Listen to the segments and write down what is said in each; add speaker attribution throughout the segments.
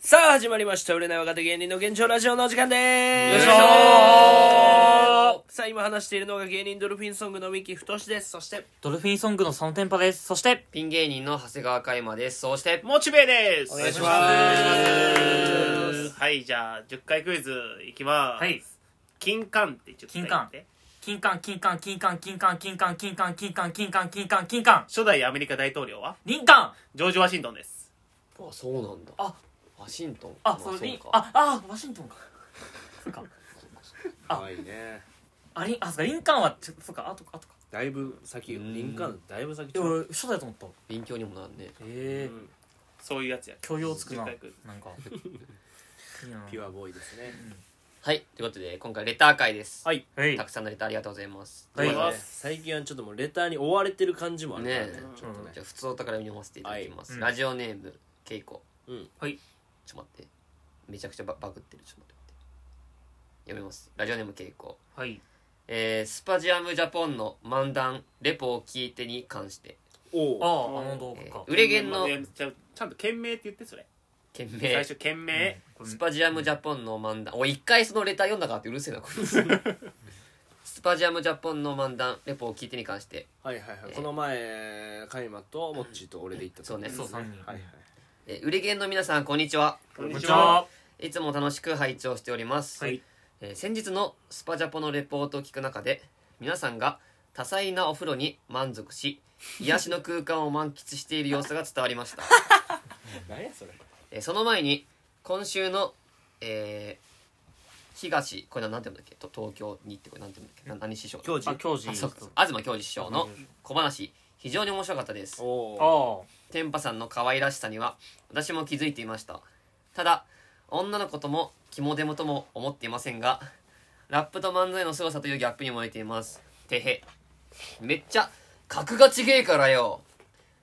Speaker 1: さあ始まりました売れない若手芸人の現状ラジオのお時間でーす
Speaker 2: よいしょー
Speaker 1: さあ今話しているのが芸人ドルフィンソングの三木太志ですそして
Speaker 2: ドルフィンソングのそのテンパです。そして、
Speaker 3: ピン芸人の長谷川海馬です。そして、
Speaker 4: モチベです。
Speaker 1: お願いします
Speaker 4: はい、じゃあ、10回クイズいきます。
Speaker 2: はい。
Speaker 4: 金冠ってちょっと言って。
Speaker 2: 金管、金管、金管、金管、金管、金管、金管、金管、金管、金管、
Speaker 4: 初代アメリカ大統領は
Speaker 2: リンカン
Speaker 4: ジョージ・ワシントンです。
Speaker 3: あ、そうなんだ。
Speaker 2: あ、
Speaker 3: ワシントン。
Speaker 2: あ、その
Speaker 3: う
Speaker 2: リン、
Speaker 3: か。
Speaker 2: あ、あ、ワシントンか。 そうか。あ
Speaker 1: いね
Speaker 2: あ、リン、あ、そうか、リンカンは、ちょそうか、あとか、あとか。
Speaker 1: だいぶ先
Speaker 3: うん
Speaker 1: 林間だいぶ先
Speaker 2: いや、俺、初だと思った。
Speaker 3: 勉強にもなんね。
Speaker 4: う
Speaker 2: ええ。
Speaker 4: んそういうやつや。
Speaker 2: 教養つくな。なん
Speaker 4: 10
Speaker 2: か
Speaker 4: 回クイ ズ。
Speaker 2: いいな
Speaker 1: アボーイですね
Speaker 3: はい。ということで、今回レター会です。
Speaker 1: はい
Speaker 2: はい
Speaker 3: た。くさんのレターありがとうございます。
Speaker 2: はい
Speaker 3: では
Speaker 1: 最近はちょっともうレターに追われてる感じもあるからね
Speaker 3: ねえ
Speaker 1: ちょっとね
Speaker 3: じゃあ、普通お宝読ませていただきます。
Speaker 2: はい
Speaker 3: ラジオネーム、ケイコ。
Speaker 1: うん
Speaker 2: はい。
Speaker 3: ちょっと待って。めちゃくちゃババグってる。ちょっと待って。読みます。ラジオネーム、ケイコ。
Speaker 2: はい。
Speaker 3: えー、スパジアムジャポンの漫談、レポを聞いてに関して、
Speaker 1: お
Speaker 2: あ、あ
Speaker 1: お
Speaker 2: の動画か
Speaker 3: えー。売れ弦の
Speaker 4: いやちゃちゃんと県名って言って、それ。
Speaker 3: 懸
Speaker 4: 最
Speaker 3: 命
Speaker 4: 初、、県名。
Speaker 2: これ
Speaker 3: スパジアムジャポンの漫談おい一回そのレター読んだからってうるせえなこいつスパジアムジャポンの漫談レポを聞いてに関して
Speaker 1: はいはいはいこの前カイマとモッチーと俺で行ったと
Speaker 3: そうね
Speaker 2: そう、三人。
Speaker 1: はいはい
Speaker 3: えー売れ芸の皆さんこんにちは
Speaker 2: こ
Speaker 4: こ
Speaker 2: んにちは。
Speaker 3: いつも楽しく拝聴しております、
Speaker 2: はい
Speaker 3: えー先日のスパジャポのレポートを聞く中で皆さんが多彩なお風呂に満足し癒しの空間を満喫している様子が伝わりました
Speaker 1: 何やそれ
Speaker 3: えーその前に今週の、えー東これなんて読むんだっけと東京にってこれなんて読むんだっけな何師匠
Speaker 1: 教
Speaker 2: あ、
Speaker 1: 授
Speaker 2: 教授。
Speaker 3: あそうかそうか東教授師匠の小話非常に面白かったです
Speaker 1: おお
Speaker 2: あ
Speaker 3: 天パさんの可愛らしさには私も気づいていましたただ女の子とも肝デモとも思っていませんがラップと漫才の凄さというギャップに燃えていますてへめっちゃ格がちげえからよ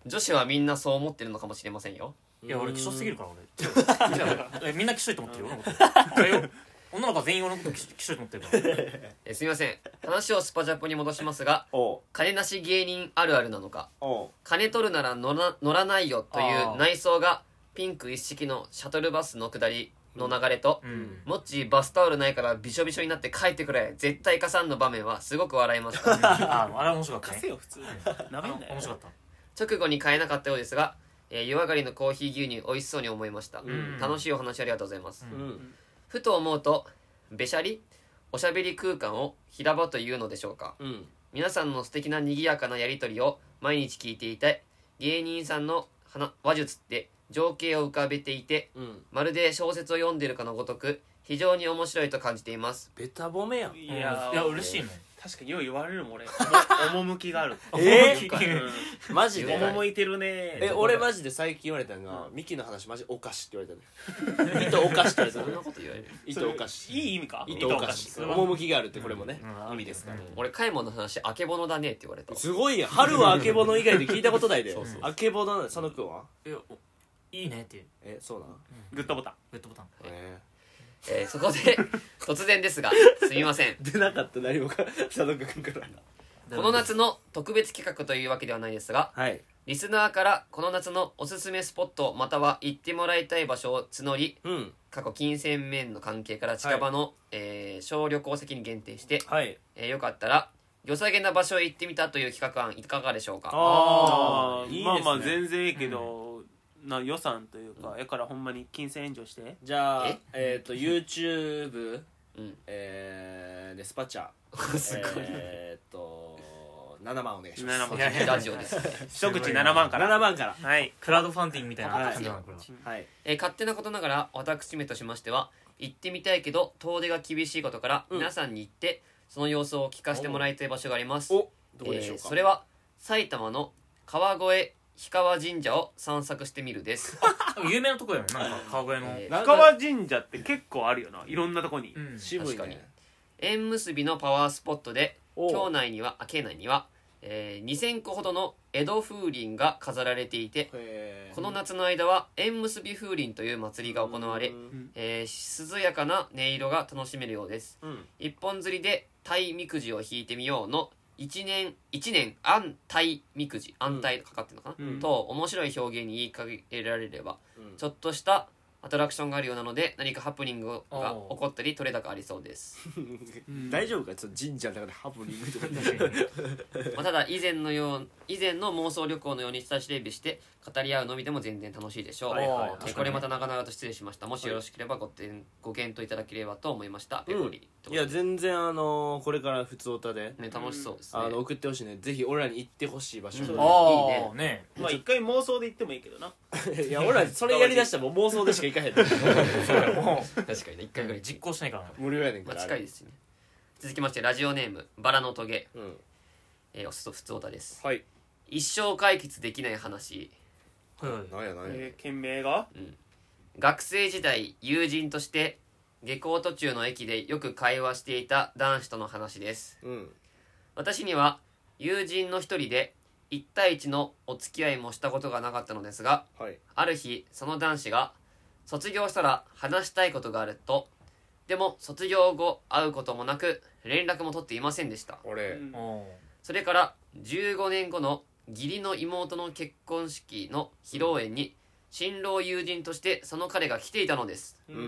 Speaker 3: 女子はみんなそう思ってるのかもしれませんよ
Speaker 2: あ。いや、俺、希少すぎる
Speaker 1: か
Speaker 2: から、 俺違う。俺みんな希少いと思ってるよ、俺の こと変えよう。女の子は全員俺のこと希希少いと思ってるから。
Speaker 3: えすみません話をスパジャポに戻しますが
Speaker 1: おお
Speaker 3: 金なし芸人あるあるなのか
Speaker 1: お
Speaker 3: 金取るなら乗ら乗らないよとい
Speaker 2: あ
Speaker 3: う
Speaker 2: ー
Speaker 3: 内装がピンク一式のシャトルバスの下りの流れと、
Speaker 2: うん。
Speaker 3: もっちーバスタオルないからびしょびしょになって帰ってくれ絶対貸さんの場面はすごく笑いまし た
Speaker 2: ああれ面白かった
Speaker 4: 貸せ
Speaker 2: ね
Speaker 4: よ、普通。なめんなよ
Speaker 2: 面。白かっ
Speaker 3: 直後に買えなかったようですが、えー湯上がりのコーヒー牛乳美味しそうに思いました、
Speaker 2: ん
Speaker 3: 楽しいお話ありがとうございます、
Speaker 2: う
Speaker 1: うんん
Speaker 3: ふと思うとべしゃりおしゃべり空間を平場というのでしょうか
Speaker 1: うん
Speaker 3: 皆さんの素敵な賑やかなやりとりを毎日聞いていたい芸人さんの話話術って情景を浮かべていて
Speaker 1: うん
Speaker 3: まるで小説を読んでるかのごとく非常に面白いと感じています
Speaker 1: ベタ褒めやん
Speaker 4: い
Speaker 2: た
Speaker 4: や、
Speaker 2: いや嬉しいね
Speaker 4: 確かによう言われるもん、 俺。趣がある。
Speaker 1: え
Speaker 2: ー
Speaker 4: うん
Speaker 1: マジで
Speaker 3: え
Speaker 4: 趣いてるね。
Speaker 1: え俺マジで最近言われたのがミキの話マジおかしって言われ たね糸おかしって言
Speaker 3: そ
Speaker 1: われ
Speaker 3: ん
Speaker 1: た
Speaker 3: な
Speaker 1: ね
Speaker 3: こと言われる
Speaker 1: 糸おかし
Speaker 4: いい意味か
Speaker 1: 糸おかし
Speaker 4: 糸
Speaker 1: 趣があるってこれもね
Speaker 2: うん
Speaker 1: 意味ですから
Speaker 3: 俺嘉右衛門の話あけぼのだねって言われた
Speaker 1: すごいやん春はあけぼの以外で聞いたことないで
Speaker 3: そうそう
Speaker 1: あけぼのなの佐野くんはい
Speaker 2: やおいいねっていう
Speaker 1: えそうなの
Speaker 4: グッドボタン。
Speaker 2: グッドボタン
Speaker 1: え
Speaker 3: えーそこで突然ですがすみません
Speaker 1: ー出なかった何もか佐野くんから
Speaker 3: この夏の特別企画というわけではないですが
Speaker 1: はい
Speaker 3: リスナーからこの夏のおすすめスポットまたは行ってもらいたい場所を募り
Speaker 1: うん
Speaker 3: 過去金銭面の関係から近場の、えー小旅行先に限定して、
Speaker 1: はい
Speaker 3: えーよかったら良さげな場所へ行ってみたという企画案いかがでしょうか
Speaker 1: あ
Speaker 4: あ
Speaker 1: ーいいです
Speaker 4: まあ
Speaker 1: ね
Speaker 4: まあ全然いいけど、な予算というかやからほんまに金銭援助して
Speaker 1: じゃあ
Speaker 3: え
Speaker 1: えっと YouTube
Speaker 3: うん
Speaker 1: えーでスパチャ
Speaker 3: すごい、
Speaker 1: えーっと7万お願いします
Speaker 4: 7万
Speaker 2: いやいや
Speaker 3: ラジオです、
Speaker 4: 一口7万から
Speaker 1: 7万から
Speaker 4: はい
Speaker 2: クラウドファンディングみたいな
Speaker 1: はい
Speaker 2: 感じだなこれは
Speaker 1: はい
Speaker 3: えー勝手なことながら私めとしましては行ってみたいけど遠出が厳しいことから、
Speaker 1: うん
Speaker 3: 皆さんに行ってその様子を聞かせてもらいたい場所があります
Speaker 1: おどこでしょう
Speaker 3: え
Speaker 1: か
Speaker 3: ーそれは埼玉の川越氷川神社を散策してみるです
Speaker 2: 有名なとこだよねなんか川越の
Speaker 3: えー
Speaker 1: な
Speaker 4: 氷
Speaker 1: んか
Speaker 4: 川神社って結構あるよないろんなとこに、
Speaker 2: うん
Speaker 1: 渋い
Speaker 3: 確かに
Speaker 1: ね
Speaker 3: 縁結びのパワースポットで
Speaker 1: お
Speaker 3: 京内にはあ県内には、えー2000個ほどの江戸風鈴が飾られていて
Speaker 1: へー
Speaker 3: この夏の間は縁結び風鈴という祭りが行われ
Speaker 1: う、ん
Speaker 3: えー涼やかな音色が楽しめるようです
Speaker 1: うん
Speaker 3: 一本釣りで鯛みくじを引いてみようの一年一年安鯛みくじ安鯛かかってるのかな、
Speaker 4: うん
Speaker 3: と面白い表現に言いかけられれば
Speaker 1: うん
Speaker 3: ちょっとしたアトラクションがあるようなので何かハプニングが起
Speaker 2: おー
Speaker 3: こったり取れ高ありそうです、
Speaker 1: 大丈夫かちょっと神社の中でハプニングとか
Speaker 3: まあ、ただ以前のよう以前の妄想旅行のように下調べして語り合うのみでも全然楽しいでしょう、
Speaker 1: はいはい
Speaker 3: えーこれまた長々と失礼しましたもしよろしければごてんご検討いただければと思いました、ペコリ
Speaker 1: いや全然あのこれから普通歌で、
Speaker 3: ね楽しそうですね
Speaker 1: あの送ってほしいねぜひ俺らに行ってほしい場所、
Speaker 3: うん
Speaker 2: あ
Speaker 3: いい
Speaker 2: あね
Speaker 4: まあ一回妄想で言ってもいいけどない
Speaker 1: や俺らそれやりだしたらもう妄想でしか行かへ ん
Speaker 2: そうやもう
Speaker 3: 確かにね一回ぐらい
Speaker 2: 実行しないからな
Speaker 1: 無料やねんか
Speaker 3: まあ、
Speaker 1: ら
Speaker 3: 近いですね続きましてラジオネームバラのトゲ、
Speaker 1: うん
Speaker 3: えー、おすと普通おたです
Speaker 1: はい
Speaker 3: 一生解決できない話
Speaker 1: なんやなんや
Speaker 4: えー件名が
Speaker 3: 学生時代友人として下校途中の駅でよく会話していた男子との話です
Speaker 1: うん
Speaker 3: 私には友人の一人で1対1のお付き合いもしたことがなかったのですが
Speaker 1: はい
Speaker 3: ある日その男子が卒業したら話したいことがあるとでも卒業後会うこともなく連絡も取っていませんでした
Speaker 1: 俺、
Speaker 4: うん
Speaker 2: お
Speaker 3: それから15年後の義理の妹の結婚式の披露宴に新郎友人としてその彼が来ていたのです
Speaker 1: う
Speaker 2: うん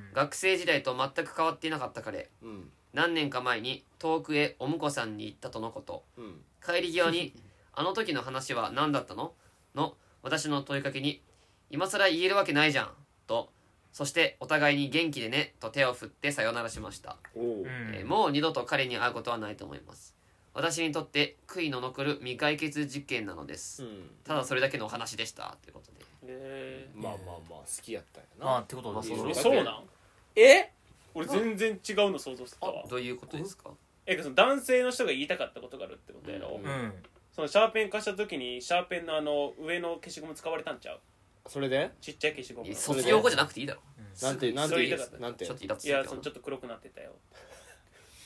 Speaker 2: ん
Speaker 3: 学生時代と全く変わっていなかった彼
Speaker 1: うん
Speaker 3: 何年か前に遠くへお婿さんに行ったとのこと
Speaker 1: うん
Speaker 3: 帰り際 に「あの時の話は何だったの?」の私の問いかけに「今更言えるわけないじゃん」とそしてお互いに「元気でね」と手を振ってさよならしました
Speaker 1: おお、
Speaker 2: うん
Speaker 3: えーもう二度と彼に会うことはないと思います私にとって悔いの残る未解決事件なのです、
Speaker 1: うん
Speaker 3: ただそれだけのお話でしたということで
Speaker 4: え
Speaker 1: まあまあまあ好きやったんや
Speaker 2: まあ
Speaker 1: な
Speaker 2: ってこと
Speaker 1: まあ
Speaker 2: で
Speaker 1: そう
Speaker 4: ー
Speaker 1: だ
Speaker 4: そうなん
Speaker 1: え
Speaker 4: 俺全然違うの想像してたわ
Speaker 3: どういうことですか
Speaker 4: えその男性の人が言いたかったことがあるってことやろ、
Speaker 1: うん
Speaker 2: うん
Speaker 4: そのシャーペン化した時にシャーペンのあの上の消しゴム使われたんちゃう
Speaker 1: それで
Speaker 4: ちっちゃい消しゴム
Speaker 3: いや
Speaker 1: う
Speaker 3: 卒業後じゃなくていいだろ
Speaker 1: なんてなん
Speaker 4: それ
Speaker 1: て
Speaker 4: 言いたかった
Speaker 1: なんて
Speaker 3: ちょっとイラつ
Speaker 4: い
Speaker 3: する
Speaker 4: や
Speaker 3: け
Speaker 4: その
Speaker 3: ど
Speaker 4: ちょっと黒くなってたよ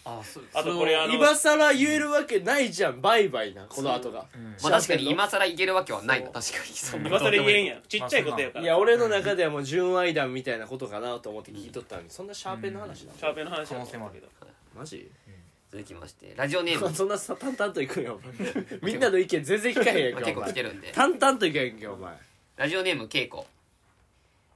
Speaker 2: あそう
Speaker 4: あとこれあの
Speaker 1: 今更言えるわけないじゃんバイバイなこの後が
Speaker 2: うん
Speaker 3: まあ確かに今更いけるわけはないな確かにそんな
Speaker 4: 今更言えんやんちっちゃいことやから
Speaker 1: いや俺の中ではもう純愛談みたいなことかなと思って聞いとったのにそんなシャーペンの話なの
Speaker 4: シャーペンの話
Speaker 2: 可
Speaker 4: や
Speaker 2: 能
Speaker 4: と
Speaker 2: 性
Speaker 4: 思
Speaker 2: もあ
Speaker 4: ったけ
Speaker 2: る
Speaker 4: ど
Speaker 1: マジ
Speaker 3: 続きましてラジオネーム、
Speaker 1: そんなさ淡々といくんやお前みんなの意見全然聞かへんや
Speaker 3: ま
Speaker 1: ん
Speaker 3: あ、
Speaker 1: け
Speaker 3: 結
Speaker 1: お前
Speaker 3: 構来てるんで
Speaker 1: 淡々といけへんけお前
Speaker 3: ラジオネームけいこ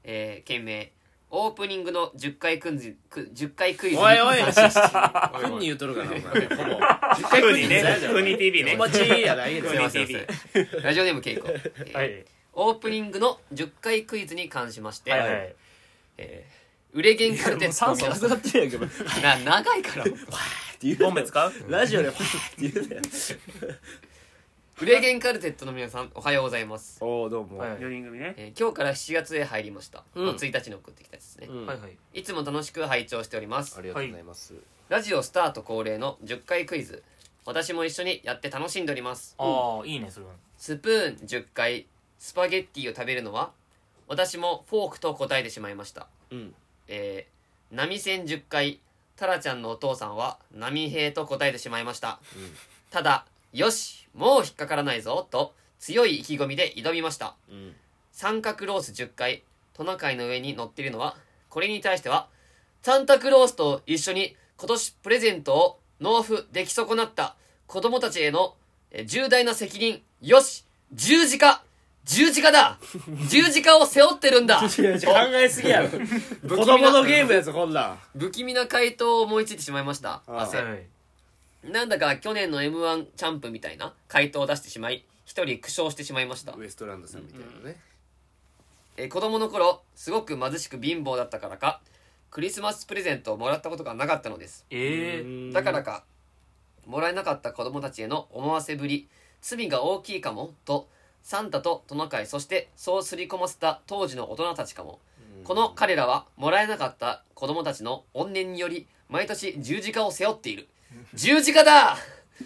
Speaker 3: えー、件名オープニングの10回クイズく10回クイズに
Speaker 1: おいおい
Speaker 3: 関心しておいおい
Speaker 1: 何言うとるかなお前ほ
Speaker 4: 10回国ね国 TV
Speaker 1: ぼ
Speaker 4: ね
Speaker 1: 気持ちいいやないけど
Speaker 3: す いませんすいませんラジオネームけいこ、えー
Speaker 2: はい
Speaker 3: オープニングの10回クイズに関しまして、
Speaker 2: はいはい
Speaker 3: えー、売れゲンカルテット
Speaker 1: 酸
Speaker 3: の
Speaker 1: 素なくなってるやんけお前
Speaker 3: な長いから
Speaker 4: ボンベ使う
Speaker 1: ラジオでファーって言うたやん
Speaker 3: 売れゲンカルテットの皆さんおはようございます、
Speaker 1: おおどうも
Speaker 2: はい
Speaker 4: 4人組ね
Speaker 3: えー今日から7月へ入りました、
Speaker 1: うん
Speaker 3: もう1日に送ってきたやつですね、
Speaker 1: うん
Speaker 2: はいはい
Speaker 3: いつも楽しく拝聴しております
Speaker 1: ありがとうございます
Speaker 3: ラジオスタート恒例の10回クイズ私も一緒にやって楽しんでおります
Speaker 2: ああいいねそれは
Speaker 3: スプーン10回スパゲッティを食べるのは私もフォークと答えてしまいました
Speaker 1: うん
Speaker 3: えー、波線10回タラちゃんのお父さんは波平と答えてしまいました、
Speaker 1: ん
Speaker 3: ただよしもう引っかからないぞと強い意気込みで挑みました
Speaker 1: うん
Speaker 3: 三角ロース10回トナカイの上に乗っているのはこれに対してはサンタクロースと一緒に今年プレゼントを納付でき損なった子供たちへのえー重大な責任よし十字架十字架だ十字架を背負ってるんだ
Speaker 1: いや考えすぎやろ 子供のゲームやつこんなん
Speaker 3: 不気味な回答を思いついてしまいました
Speaker 1: ああ
Speaker 3: 汗
Speaker 2: はい
Speaker 3: なんだか去年の m 1チャンプみたいな回答を出してしまい一人苦笑してしまいました
Speaker 1: ウエストランドさんみたいなね
Speaker 3: えー子供の頃すごく貧しく貧乏だったからかクリスマスプレゼントをもらったことがなかったのです
Speaker 2: ええ
Speaker 1: うん
Speaker 3: だからかもらえなかった子供たちへの思わせぶり罪が大きいかもとサンタとトナカイそしてそうすり込ませた当時の大人たちかもこの彼らはもらえなかった子供たちの怨念により毎年十字架を背負って いる十字架だ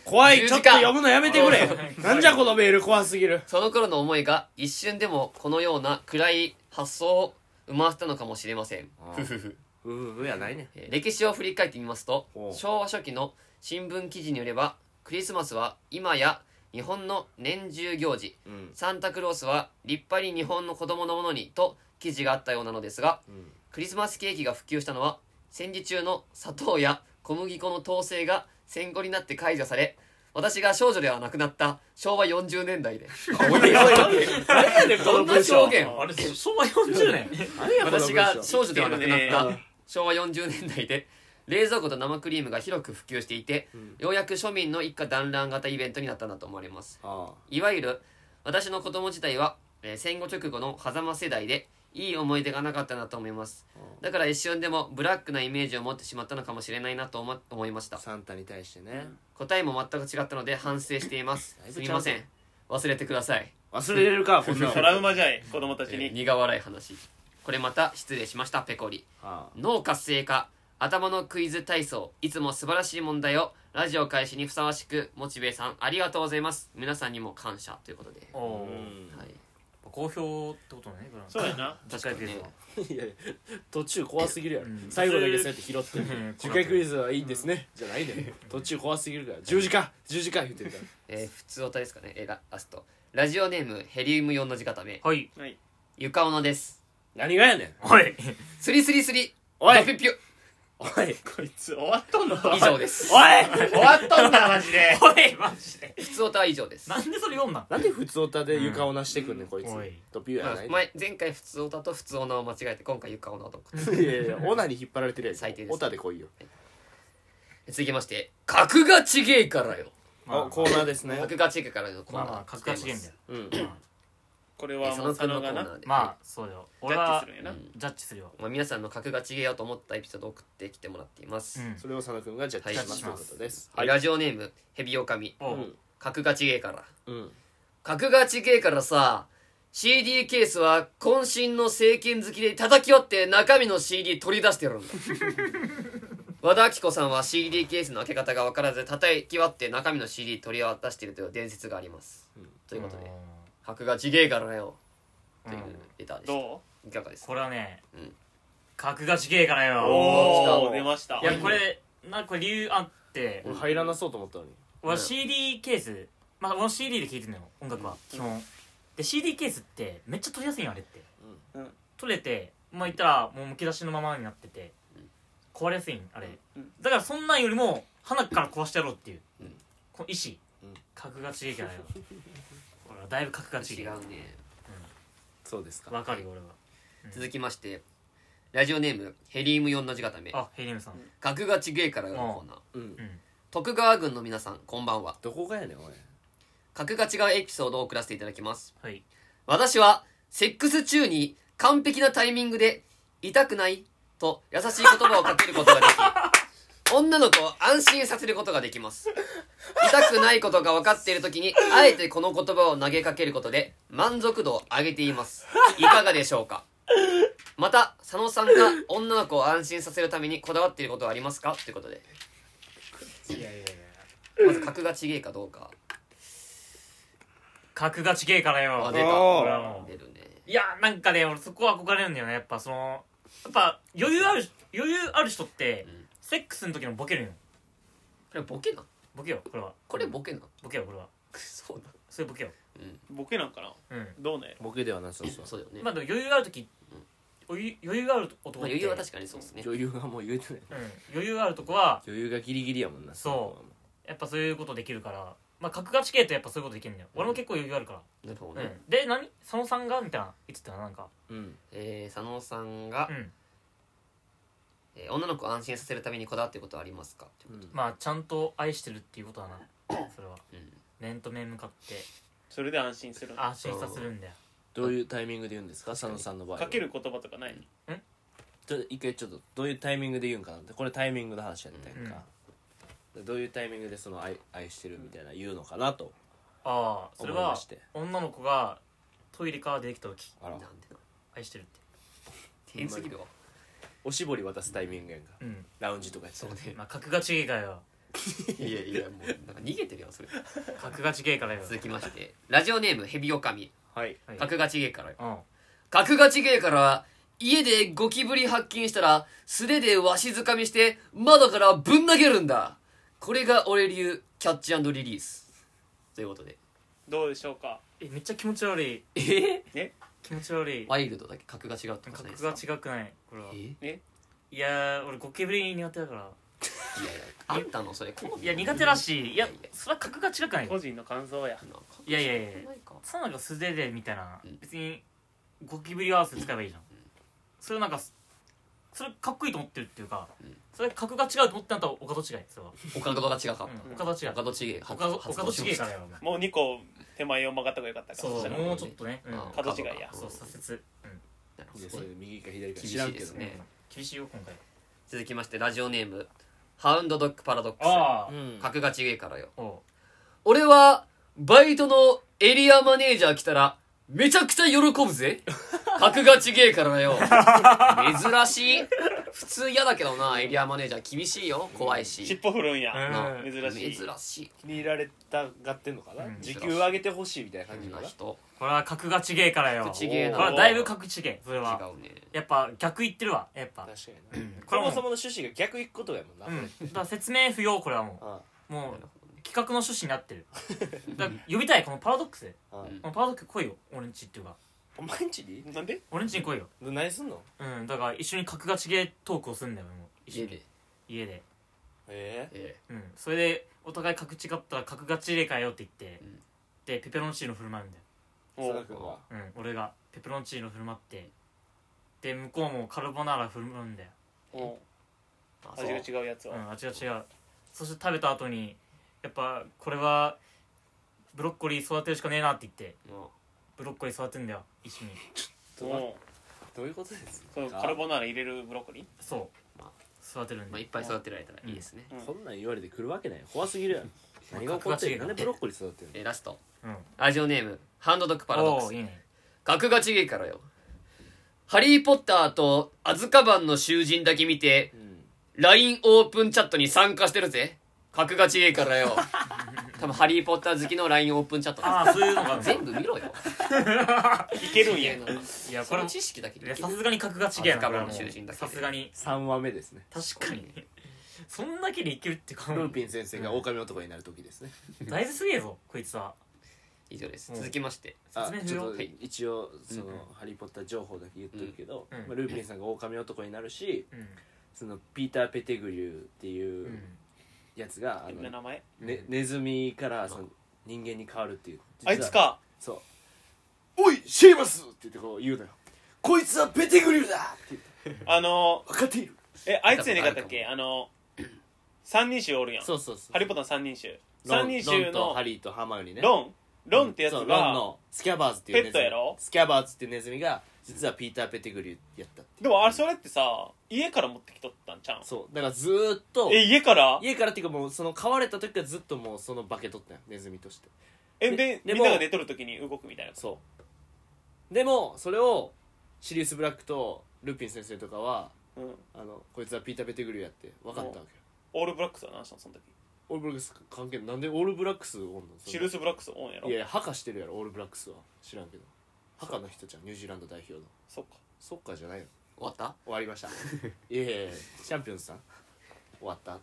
Speaker 1: 怖い
Speaker 3: 十
Speaker 1: ちょっ
Speaker 3: 字
Speaker 1: と
Speaker 3: 架
Speaker 1: 読むのやめてくれなんじゃこのメール怖すぎる
Speaker 3: その頃の思いが一瞬でもこのような暗い発想を生ませたのかもしれません
Speaker 1: ああ
Speaker 3: ふふ ふ
Speaker 1: うんうんやないね
Speaker 3: えー歴史を振り返ってみますと
Speaker 1: ほう
Speaker 3: 昭和初期の新聞記事によればクリスマスは今や日本の年中行事
Speaker 1: うん
Speaker 3: サンタクロースは立派に日本の子供のものにと記事があったようなのですが
Speaker 1: うん
Speaker 3: クリスマスケーキが普及したのは戦時中の砂糖や小麦粉の統制が戦後になって解除され私が少女ではなくなった昭和40 年代で
Speaker 1: 何やねんこ
Speaker 3: ど
Speaker 1: の
Speaker 3: んな
Speaker 1: 文章
Speaker 3: 証言
Speaker 2: あれ昭和40年
Speaker 1: 何やこの文章
Speaker 3: 私が少女ではなくなっ
Speaker 2: 知ってる
Speaker 3: た昭和40年代で冷蔵庫と生クリームが広く普及していて、
Speaker 1: ん
Speaker 3: ようやく庶民の一家団らん型イベントになったんだと思われます
Speaker 1: あ
Speaker 3: いわゆる私の子供自体は、えー戦後直後の狭間世代でいい思い出がなかったなと思いますだから一瞬でもブラックなイメージを持ってしまったのかもしれないなと思思いまし
Speaker 1: あ
Speaker 3: た
Speaker 1: サンタに対してね
Speaker 3: 答えも全く違ったので反省してい ます
Speaker 1: だい
Speaker 3: す
Speaker 1: ぶ
Speaker 3: み
Speaker 1: ちゃん
Speaker 3: ま
Speaker 1: と
Speaker 3: せん忘れてください
Speaker 1: 忘れれるかこんなの
Speaker 4: トラウマじゃい子供たち
Speaker 3: えー
Speaker 4: に
Speaker 3: 苦笑い話これまた失礼しましたペコリ
Speaker 1: あ
Speaker 3: 脳活性化頭のクイズ体操いつも素晴らしい問題をラジオ開始にふさわしくモチベさんありがとうございます皆さんにも感謝ということで、
Speaker 2: お
Speaker 1: あ
Speaker 2: お
Speaker 3: はい、
Speaker 2: 好評ってことね
Speaker 4: そうやな
Speaker 3: 確かにね
Speaker 1: いやいや途中怖すぎるやろ
Speaker 2: うん
Speaker 1: 最後だけそうやって拾って
Speaker 2: ん
Speaker 1: 受験クイズはいいんですねじゃないね途中怖すぎるから10時間10時間言ってる から
Speaker 3: えー普通おたですかねえーララストラジオネームヘリウム4の字固め
Speaker 2: はい
Speaker 4: はい
Speaker 3: ゆかおのです
Speaker 1: 何がやねん
Speaker 2: はい
Speaker 3: スリスリスリ
Speaker 1: おい
Speaker 3: ドピュピュ
Speaker 1: おい
Speaker 4: こいつ終わっとんの
Speaker 3: 以上です
Speaker 4: おい終わっとんなマジ で
Speaker 2: おいマジで
Speaker 3: 普通おたは以上です、ま
Speaker 2: なんでそれ読んだん
Speaker 1: なんで普通オタで床をなしてくんねんこいつ
Speaker 2: おい
Speaker 1: ドピューや
Speaker 3: あ
Speaker 1: ない
Speaker 3: 前前回普通おたと普通おなを間違えて今回ゆかおなと思って
Speaker 1: いやいやオナに引っ張られてるやつ
Speaker 3: 最低です
Speaker 1: オタで来いよ
Speaker 3: 続きまして格がちげえからよ
Speaker 2: まあまあ
Speaker 1: おコーナーですね
Speaker 3: 格がちげえからのコーナ
Speaker 2: まあ
Speaker 3: ー
Speaker 2: まあ格闘ゲームや
Speaker 1: うん
Speaker 4: これ
Speaker 3: え
Speaker 4: は
Speaker 3: ーそ
Speaker 4: もう
Speaker 3: のく
Speaker 4: 佐
Speaker 3: んの
Speaker 4: 野
Speaker 3: コ
Speaker 4: が
Speaker 3: ーナ
Speaker 4: な
Speaker 3: ーで
Speaker 2: まあそうよ
Speaker 4: ジ
Speaker 2: 俺
Speaker 4: ャッジ
Speaker 2: は
Speaker 4: するんやな
Speaker 2: ジャッジするよ
Speaker 3: まあ、皆さんの格が違えよと思ったエピソードを送ってきてもらっています、
Speaker 2: うん
Speaker 1: それを佐野くんがジャッジしますということです
Speaker 3: はいラジオネームヘビオカミ
Speaker 2: おう
Speaker 3: 格が違えから
Speaker 1: うん
Speaker 3: 格が違えからさ CD ケースは渾身の聖剣好きで叩き割って中身の CD 取り出してやる んだ和田アキ子さんは CD ケースの開け方が分からず叩き割って中身の CD 取り渡しているという伝説があります、
Speaker 1: うん
Speaker 3: ということで格が違えからよ
Speaker 2: う
Speaker 3: というんレターでした、
Speaker 4: ど
Speaker 3: いかがです
Speaker 2: こ
Speaker 3: か
Speaker 2: れはね
Speaker 3: うん
Speaker 2: 格がちげえからよ
Speaker 4: うお
Speaker 1: お
Speaker 4: お
Speaker 1: ー
Speaker 4: 出ました
Speaker 2: いやこれなんかこれ理由あって
Speaker 1: 俺入らなそうと思ったのに
Speaker 2: 俺
Speaker 3: うん
Speaker 2: CD ケースまあ俺 CD で聴いてんのよ音楽は基本で CD ケースってめっちゃ取りやすいんよあれって
Speaker 4: うん
Speaker 2: 取れてまあ言ったらもうむき出しのままになってて壊れやすいんあれ
Speaker 4: うん
Speaker 2: だからそんなんよりも花から壊してやろうっていう
Speaker 3: うん
Speaker 2: この意志
Speaker 1: うん
Speaker 2: 格が違えからよ 俺はだいぶ格が違
Speaker 3: 違
Speaker 2: え
Speaker 3: うね
Speaker 1: そうですか
Speaker 2: わかるよ俺は
Speaker 3: 続きましてラジオネームヘリウム4の字固め
Speaker 2: あヘリムさん
Speaker 3: 格がちげえからよのコーナー
Speaker 1: うん
Speaker 2: うん
Speaker 3: 徳川軍の皆さんこんばんは
Speaker 1: どこがやねんおい
Speaker 3: 格が違うエピソードを送らせていただきます
Speaker 2: はい
Speaker 3: 私はセックス中に完璧なタイミングで痛くないと優しい言葉をかけることがで き女の子を安心させることができます痛くないことが分かっている時にあえてこの言葉を投げかけることで満足度を上げていますいかがでしょうかまた佐野さんが女の子を安心させるためにこだわっていることはありますかということで
Speaker 2: いやいやいや
Speaker 3: まず格がちげえかどうか
Speaker 2: 格が違えからよ
Speaker 3: あ
Speaker 2: 俺
Speaker 1: お
Speaker 3: 出た
Speaker 1: ー
Speaker 2: はもう
Speaker 3: 出るね
Speaker 2: いやなんかね俺そこは憧れるんだよねやっぱそのやっぱ余裕ある余裕ある人って、
Speaker 3: ん
Speaker 2: セックスの時のボケるんよ
Speaker 3: これボケな
Speaker 2: ボケよこれは
Speaker 3: これボケな
Speaker 2: ボケよこれは
Speaker 3: そうな
Speaker 2: そういうボケよ
Speaker 4: ボケなんかな
Speaker 2: うん
Speaker 4: どうね
Speaker 1: ボケではなさそう
Speaker 3: そうだよね
Speaker 2: まあでも余裕ある時、余裕余裕がある男って、
Speaker 3: まあ、余裕は確かにそうですね
Speaker 1: 余裕がもう言えてない
Speaker 2: うん、余裕がある男は
Speaker 1: 余裕がギリギリやもんな
Speaker 2: そやっぱそういうことできるからまあ格がち系とやっぱそういうことできるんだよ、俺も結構余裕あるか
Speaker 3: なるほど
Speaker 2: ら、
Speaker 3: ね、
Speaker 2: うん、で何佐野さんがみたいな言ってたななんか
Speaker 1: ううん
Speaker 3: えー佐野さんが、
Speaker 2: うん
Speaker 3: えー女の子を安心させるためにこだわってることはありますかってこと
Speaker 2: まあちゃんと愛してるっていうことだなそれは
Speaker 3: うん
Speaker 2: 面と面向かって
Speaker 4: それで安心する
Speaker 2: 安心させるんだよ
Speaker 1: どういうタイミングで言うんですか佐野さんの場合は
Speaker 4: かける言葉とかない
Speaker 1: ちょっと一回ちょっとどういうタイミングで言うんかなってこれタイミングの話やったやんか、でどういうタイミングでその愛愛してるみたいな言うのかなと
Speaker 2: ああそれ
Speaker 1: 思い
Speaker 2: は
Speaker 1: まして
Speaker 2: 女の子がトイレから出てきた時
Speaker 1: あら
Speaker 3: なんでな
Speaker 2: 愛してるって
Speaker 3: 変すぎるわ
Speaker 1: おしぼり渡すタイミングやんか
Speaker 2: うん
Speaker 1: ラウンジとかやって
Speaker 3: そうね
Speaker 2: まあ格が違えからよ
Speaker 3: いやいやもうなんか逃げてるよそれ
Speaker 2: 格が違えからよ
Speaker 3: 続きましてラジオネームヘビオカミ
Speaker 1: はい
Speaker 2: はい
Speaker 3: 格がちげえからよ
Speaker 2: うん
Speaker 3: 格がちげえから家でゴキブリ発見したら素手でわしづかみして窓からぶん投げるんだこれが俺流キャッチリリースということで
Speaker 4: どうでしょうか
Speaker 2: えめっちゃ気持ち悪い
Speaker 3: え
Speaker 4: ね
Speaker 2: 気持ち悪い
Speaker 3: ワイルドだけ格が違うってことかないで
Speaker 2: 格
Speaker 3: すか
Speaker 2: が違くないこれは
Speaker 3: え
Speaker 4: ね
Speaker 2: いやー俺ゴキブリ苦手だから
Speaker 3: いやいやあんたのそれ好み
Speaker 2: いや苦手らしいいやそれは格が違くない
Speaker 4: 個人の感想や
Speaker 3: なんか
Speaker 2: いやいやいや
Speaker 3: なんか
Speaker 2: そのなんか素手でみたいな
Speaker 3: うん
Speaker 2: 別にゴキブリ合わせ使えばいいじゃんそれなんかそれかっこいいと思ってるっていうか
Speaker 3: うん
Speaker 2: それ格が違うと思ってんだったらお門違いそれは
Speaker 3: 岡戸が違かった
Speaker 2: うんお門違い
Speaker 3: 岡戸違い
Speaker 2: おかお門違いからよお前
Speaker 4: もう2個手前を曲がった方がよかったか
Speaker 2: そう
Speaker 3: ら
Speaker 2: もうちょっとねうん
Speaker 3: あ
Speaker 4: 角違いや
Speaker 2: そう左折うん
Speaker 3: なるほ
Speaker 1: で
Speaker 3: ど
Speaker 1: そ
Speaker 3: ね
Speaker 1: れ右か左か知
Speaker 3: 厳し
Speaker 1: ら
Speaker 3: い
Speaker 1: ん
Speaker 3: で
Speaker 1: け
Speaker 3: す
Speaker 1: ど
Speaker 3: ね
Speaker 2: 厳しいよ今回
Speaker 3: 続きましてラジオネームハウンドドッグパラドックス
Speaker 2: あ
Speaker 1: うん
Speaker 3: 格が違えからよ
Speaker 2: あお
Speaker 3: 俺はバイトのエリアマネージャー来たらめちゃくちゃ喜ぶぜ 格が違えからよ珍しい普通嫌だけどなエリアマネージャー厳しいよ怖い
Speaker 4: 尻
Speaker 3: し、
Speaker 4: 尾振るんや、
Speaker 2: う
Speaker 3: な
Speaker 4: 珍しい
Speaker 3: 珍しい
Speaker 1: 気に入られたがってんのかな、
Speaker 2: うん
Speaker 1: 時給上げてほしいみたいな感じ
Speaker 3: 変
Speaker 1: か
Speaker 3: な
Speaker 1: な、
Speaker 3: 人
Speaker 2: これは格が違えからよ
Speaker 3: 格違えな
Speaker 2: これはだいぶ格違えそれ
Speaker 3: 違
Speaker 2: は
Speaker 3: うね
Speaker 2: やっぱ逆言ってるわやっぱ
Speaker 1: 確かにな、
Speaker 2: こ
Speaker 1: こ
Speaker 2: れ
Speaker 1: れ
Speaker 2: も
Speaker 1: もそもの趣旨が逆いくことやもんな、
Speaker 2: う
Speaker 1: これ
Speaker 2: んだから説明不要これはも
Speaker 1: あ
Speaker 2: うも
Speaker 3: な
Speaker 2: う
Speaker 3: るほどね
Speaker 2: 企画の趣旨になってるだから呼びたいこのパラドックスで
Speaker 1: あああ
Speaker 3: うん
Speaker 2: このパラドックス来いよ俺んちっていうか
Speaker 1: お前んちに
Speaker 4: なんで
Speaker 2: 俺んちに来いよ
Speaker 1: で何すんの
Speaker 2: うんだから一緒に格が違えトークをすんだよもう一緒
Speaker 3: 家
Speaker 2: に
Speaker 3: で
Speaker 2: 家で
Speaker 1: ええ
Speaker 3: え
Speaker 2: うんそれでお互い格違ったら格が違えかよって言って
Speaker 3: うん
Speaker 2: でペペロンチーノ振る舞うんだよ
Speaker 4: お
Speaker 1: 佐田君は
Speaker 2: うん俺がペペロンチーノ振る舞ってで向こうもカルボナーラ振る舞うんだよ
Speaker 4: お
Speaker 3: えあそう
Speaker 4: 味が違うやつ
Speaker 2: う
Speaker 4: は、
Speaker 2: ん味が違うそして食べた後にやっぱこれはブロッコリー育てるしかねえなって言って
Speaker 3: うん
Speaker 2: ブロッコリー育てんだよ一緒に
Speaker 1: うん
Speaker 4: お
Speaker 1: どういうことです
Speaker 4: そう
Speaker 1: か
Speaker 4: カルボナーラ入れるブロッコリ
Speaker 2: そう、
Speaker 3: ま
Speaker 2: 育てるん
Speaker 3: まあいっ
Speaker 2: で、
Speaker 3: ぱい育てられたらいいですね、
Speaker 4: ー、うん
Speaker 1: こんなん言われてくるわけない怖すぎるやん何が起こってる
Speaker 2: 格が違うから
Speaker 1: なんでブロッコリー育ってる
Speaker 3: えラスト
Speaker 2: うん、
Speaker 3: ラジオネームハンドドッグパラドック
Speaker 2: お
Speaker 3: ス
Speaker 2: ーいいね
Speaker 3: 格が違えからよハリー・ポッターとアズカバンの囚人だけ見て
Speaker 1: の、うん、
Speaker 3: LINE オープンチャットに参加してるぜ格が違えから よ多分ハリー・ポッター好きの LINE オープンチャットだ
Speaker 2: ああそういうのが
Speaker 3: 全部見ろよ
Speaker 4: いけるんや
Speaker 2: いやこ
Speaker 3: そ
Speaker 2: れ
Speaker 3: の
Speaker 2: も
Speaker 3: 知識だけ
Speaker 2: い
Speaker 3: でい
Speaker 2: や
Speaker 3: け
Speaker 2: さ
Speaker 3: る
Speaker 2: すがに格が違え
Speaker 3: アズ
Speaker 2: な
Speaker 3: カ
Speaker 2: これ
Speaker 3: バ
Speaker 2: は
Speaker 3: ン
Speaker 2: も
Speaker 3: の
Speaker 2: う
Speaker 3: 囚人だけで
Speaker 2: さすがに
Speaker 1: 3話目ですね
Speaker 2: 確かにそんだけでいけるってか
Speaker 1: ルーピン先生が狼男になる時ですね、
Speaker 2: 大事すげえぞこいつは
Speaker 3: 以上です
Speaker 2: うん
Speaker 3: 続きまして
Speaker 1: あ
Speaker 2: 説明
Speaker 1: ち
Speaker 2: 不
Speaker 1: ょ
Speaker 2: 要
Speaker 1: っと一応その、
Speaker 3: うん
Speaker 1: ハリー・ポッター」情報だけ言ってるけど、
Speaker 2: うんうん
Speaker 1: まあ、ルーピンさんが狼男になるし
Speaker 2: うん、
Speaker 1: そのピーター・ペテグリューって
Speaker 2: う、
Speaker 1: いうんやつが、
Speaker 4: みん
Speaker 1: あ
Speaker 4: な
Speaker 1: の
Speaker 4: 名前
Speaker 1: ね、ネズミからその人間に変わるっていう実は
Speaker 4: あいつか
Speaker 1: そう「おいシェーマス!」って言ってこう言うのよ「こいつはペテグリューだ!」って言って
Speaker 4: あの
Speaker 1: 分かっている
Speaker 4: えあいつやねんかったっけあの三人衆おるやん
Speaker 1: そうそうそう
Speaker 4: ハリー・ポッターの三人衆
Speaker 1: ロン
Speaker 4: 三人衆
Speaker 1: ロンと
Speaker 4: の
Speaker 1: ハリーとハーマイオニーね
Speaker 4: ロンロンってやつ
Speaker 1: そうロン
Speaker 4: が
Speaker 1: のスキャバーズっていうネズミ
Speaker 4: ペットやろ
Speaker 1: スキャバーズっていうネズミが実はピーター・ペテグリューやったっていう
Speaker 4: でもあれそれってさ家から持ってきとったんちゃうん
Speaker 1: そうだからずーっと
Speaker 4: え家から
Speaker 1: 家からっていうかもうその飼われた時からずっともうその化けとったよネズミとして
Speaker 4: えで
Speaker 1: で
Speaker 4: みんなが寝とる時に動くみたいな
Speaker 1: そうでもそれをシリウス・ブラックとルピン先生とかは
Speaker 4: うん
Speaker 1: あのこいつはピーター・ペテグリューやって分かったわけよ
Speaker 4: オールブラックスは何したのその時
Speaker 1: オールブラックス関係ないなんでオールブラックスおんのそん
Speaker 4: シ
Speaker 1: な
Speaker 4: ルス・ブラックスオンやろ
Speaker 1: いやいやハカしてるやろオールブラックスは知らんけどハカの人じゃんニュージーランド代表の
Speaker 4: そっか
Speaker 1: そっかじゃないよ
Speaker 3: 終わった
Speaker 1: 終わりました いやいやいやチャンピオンズさん終わった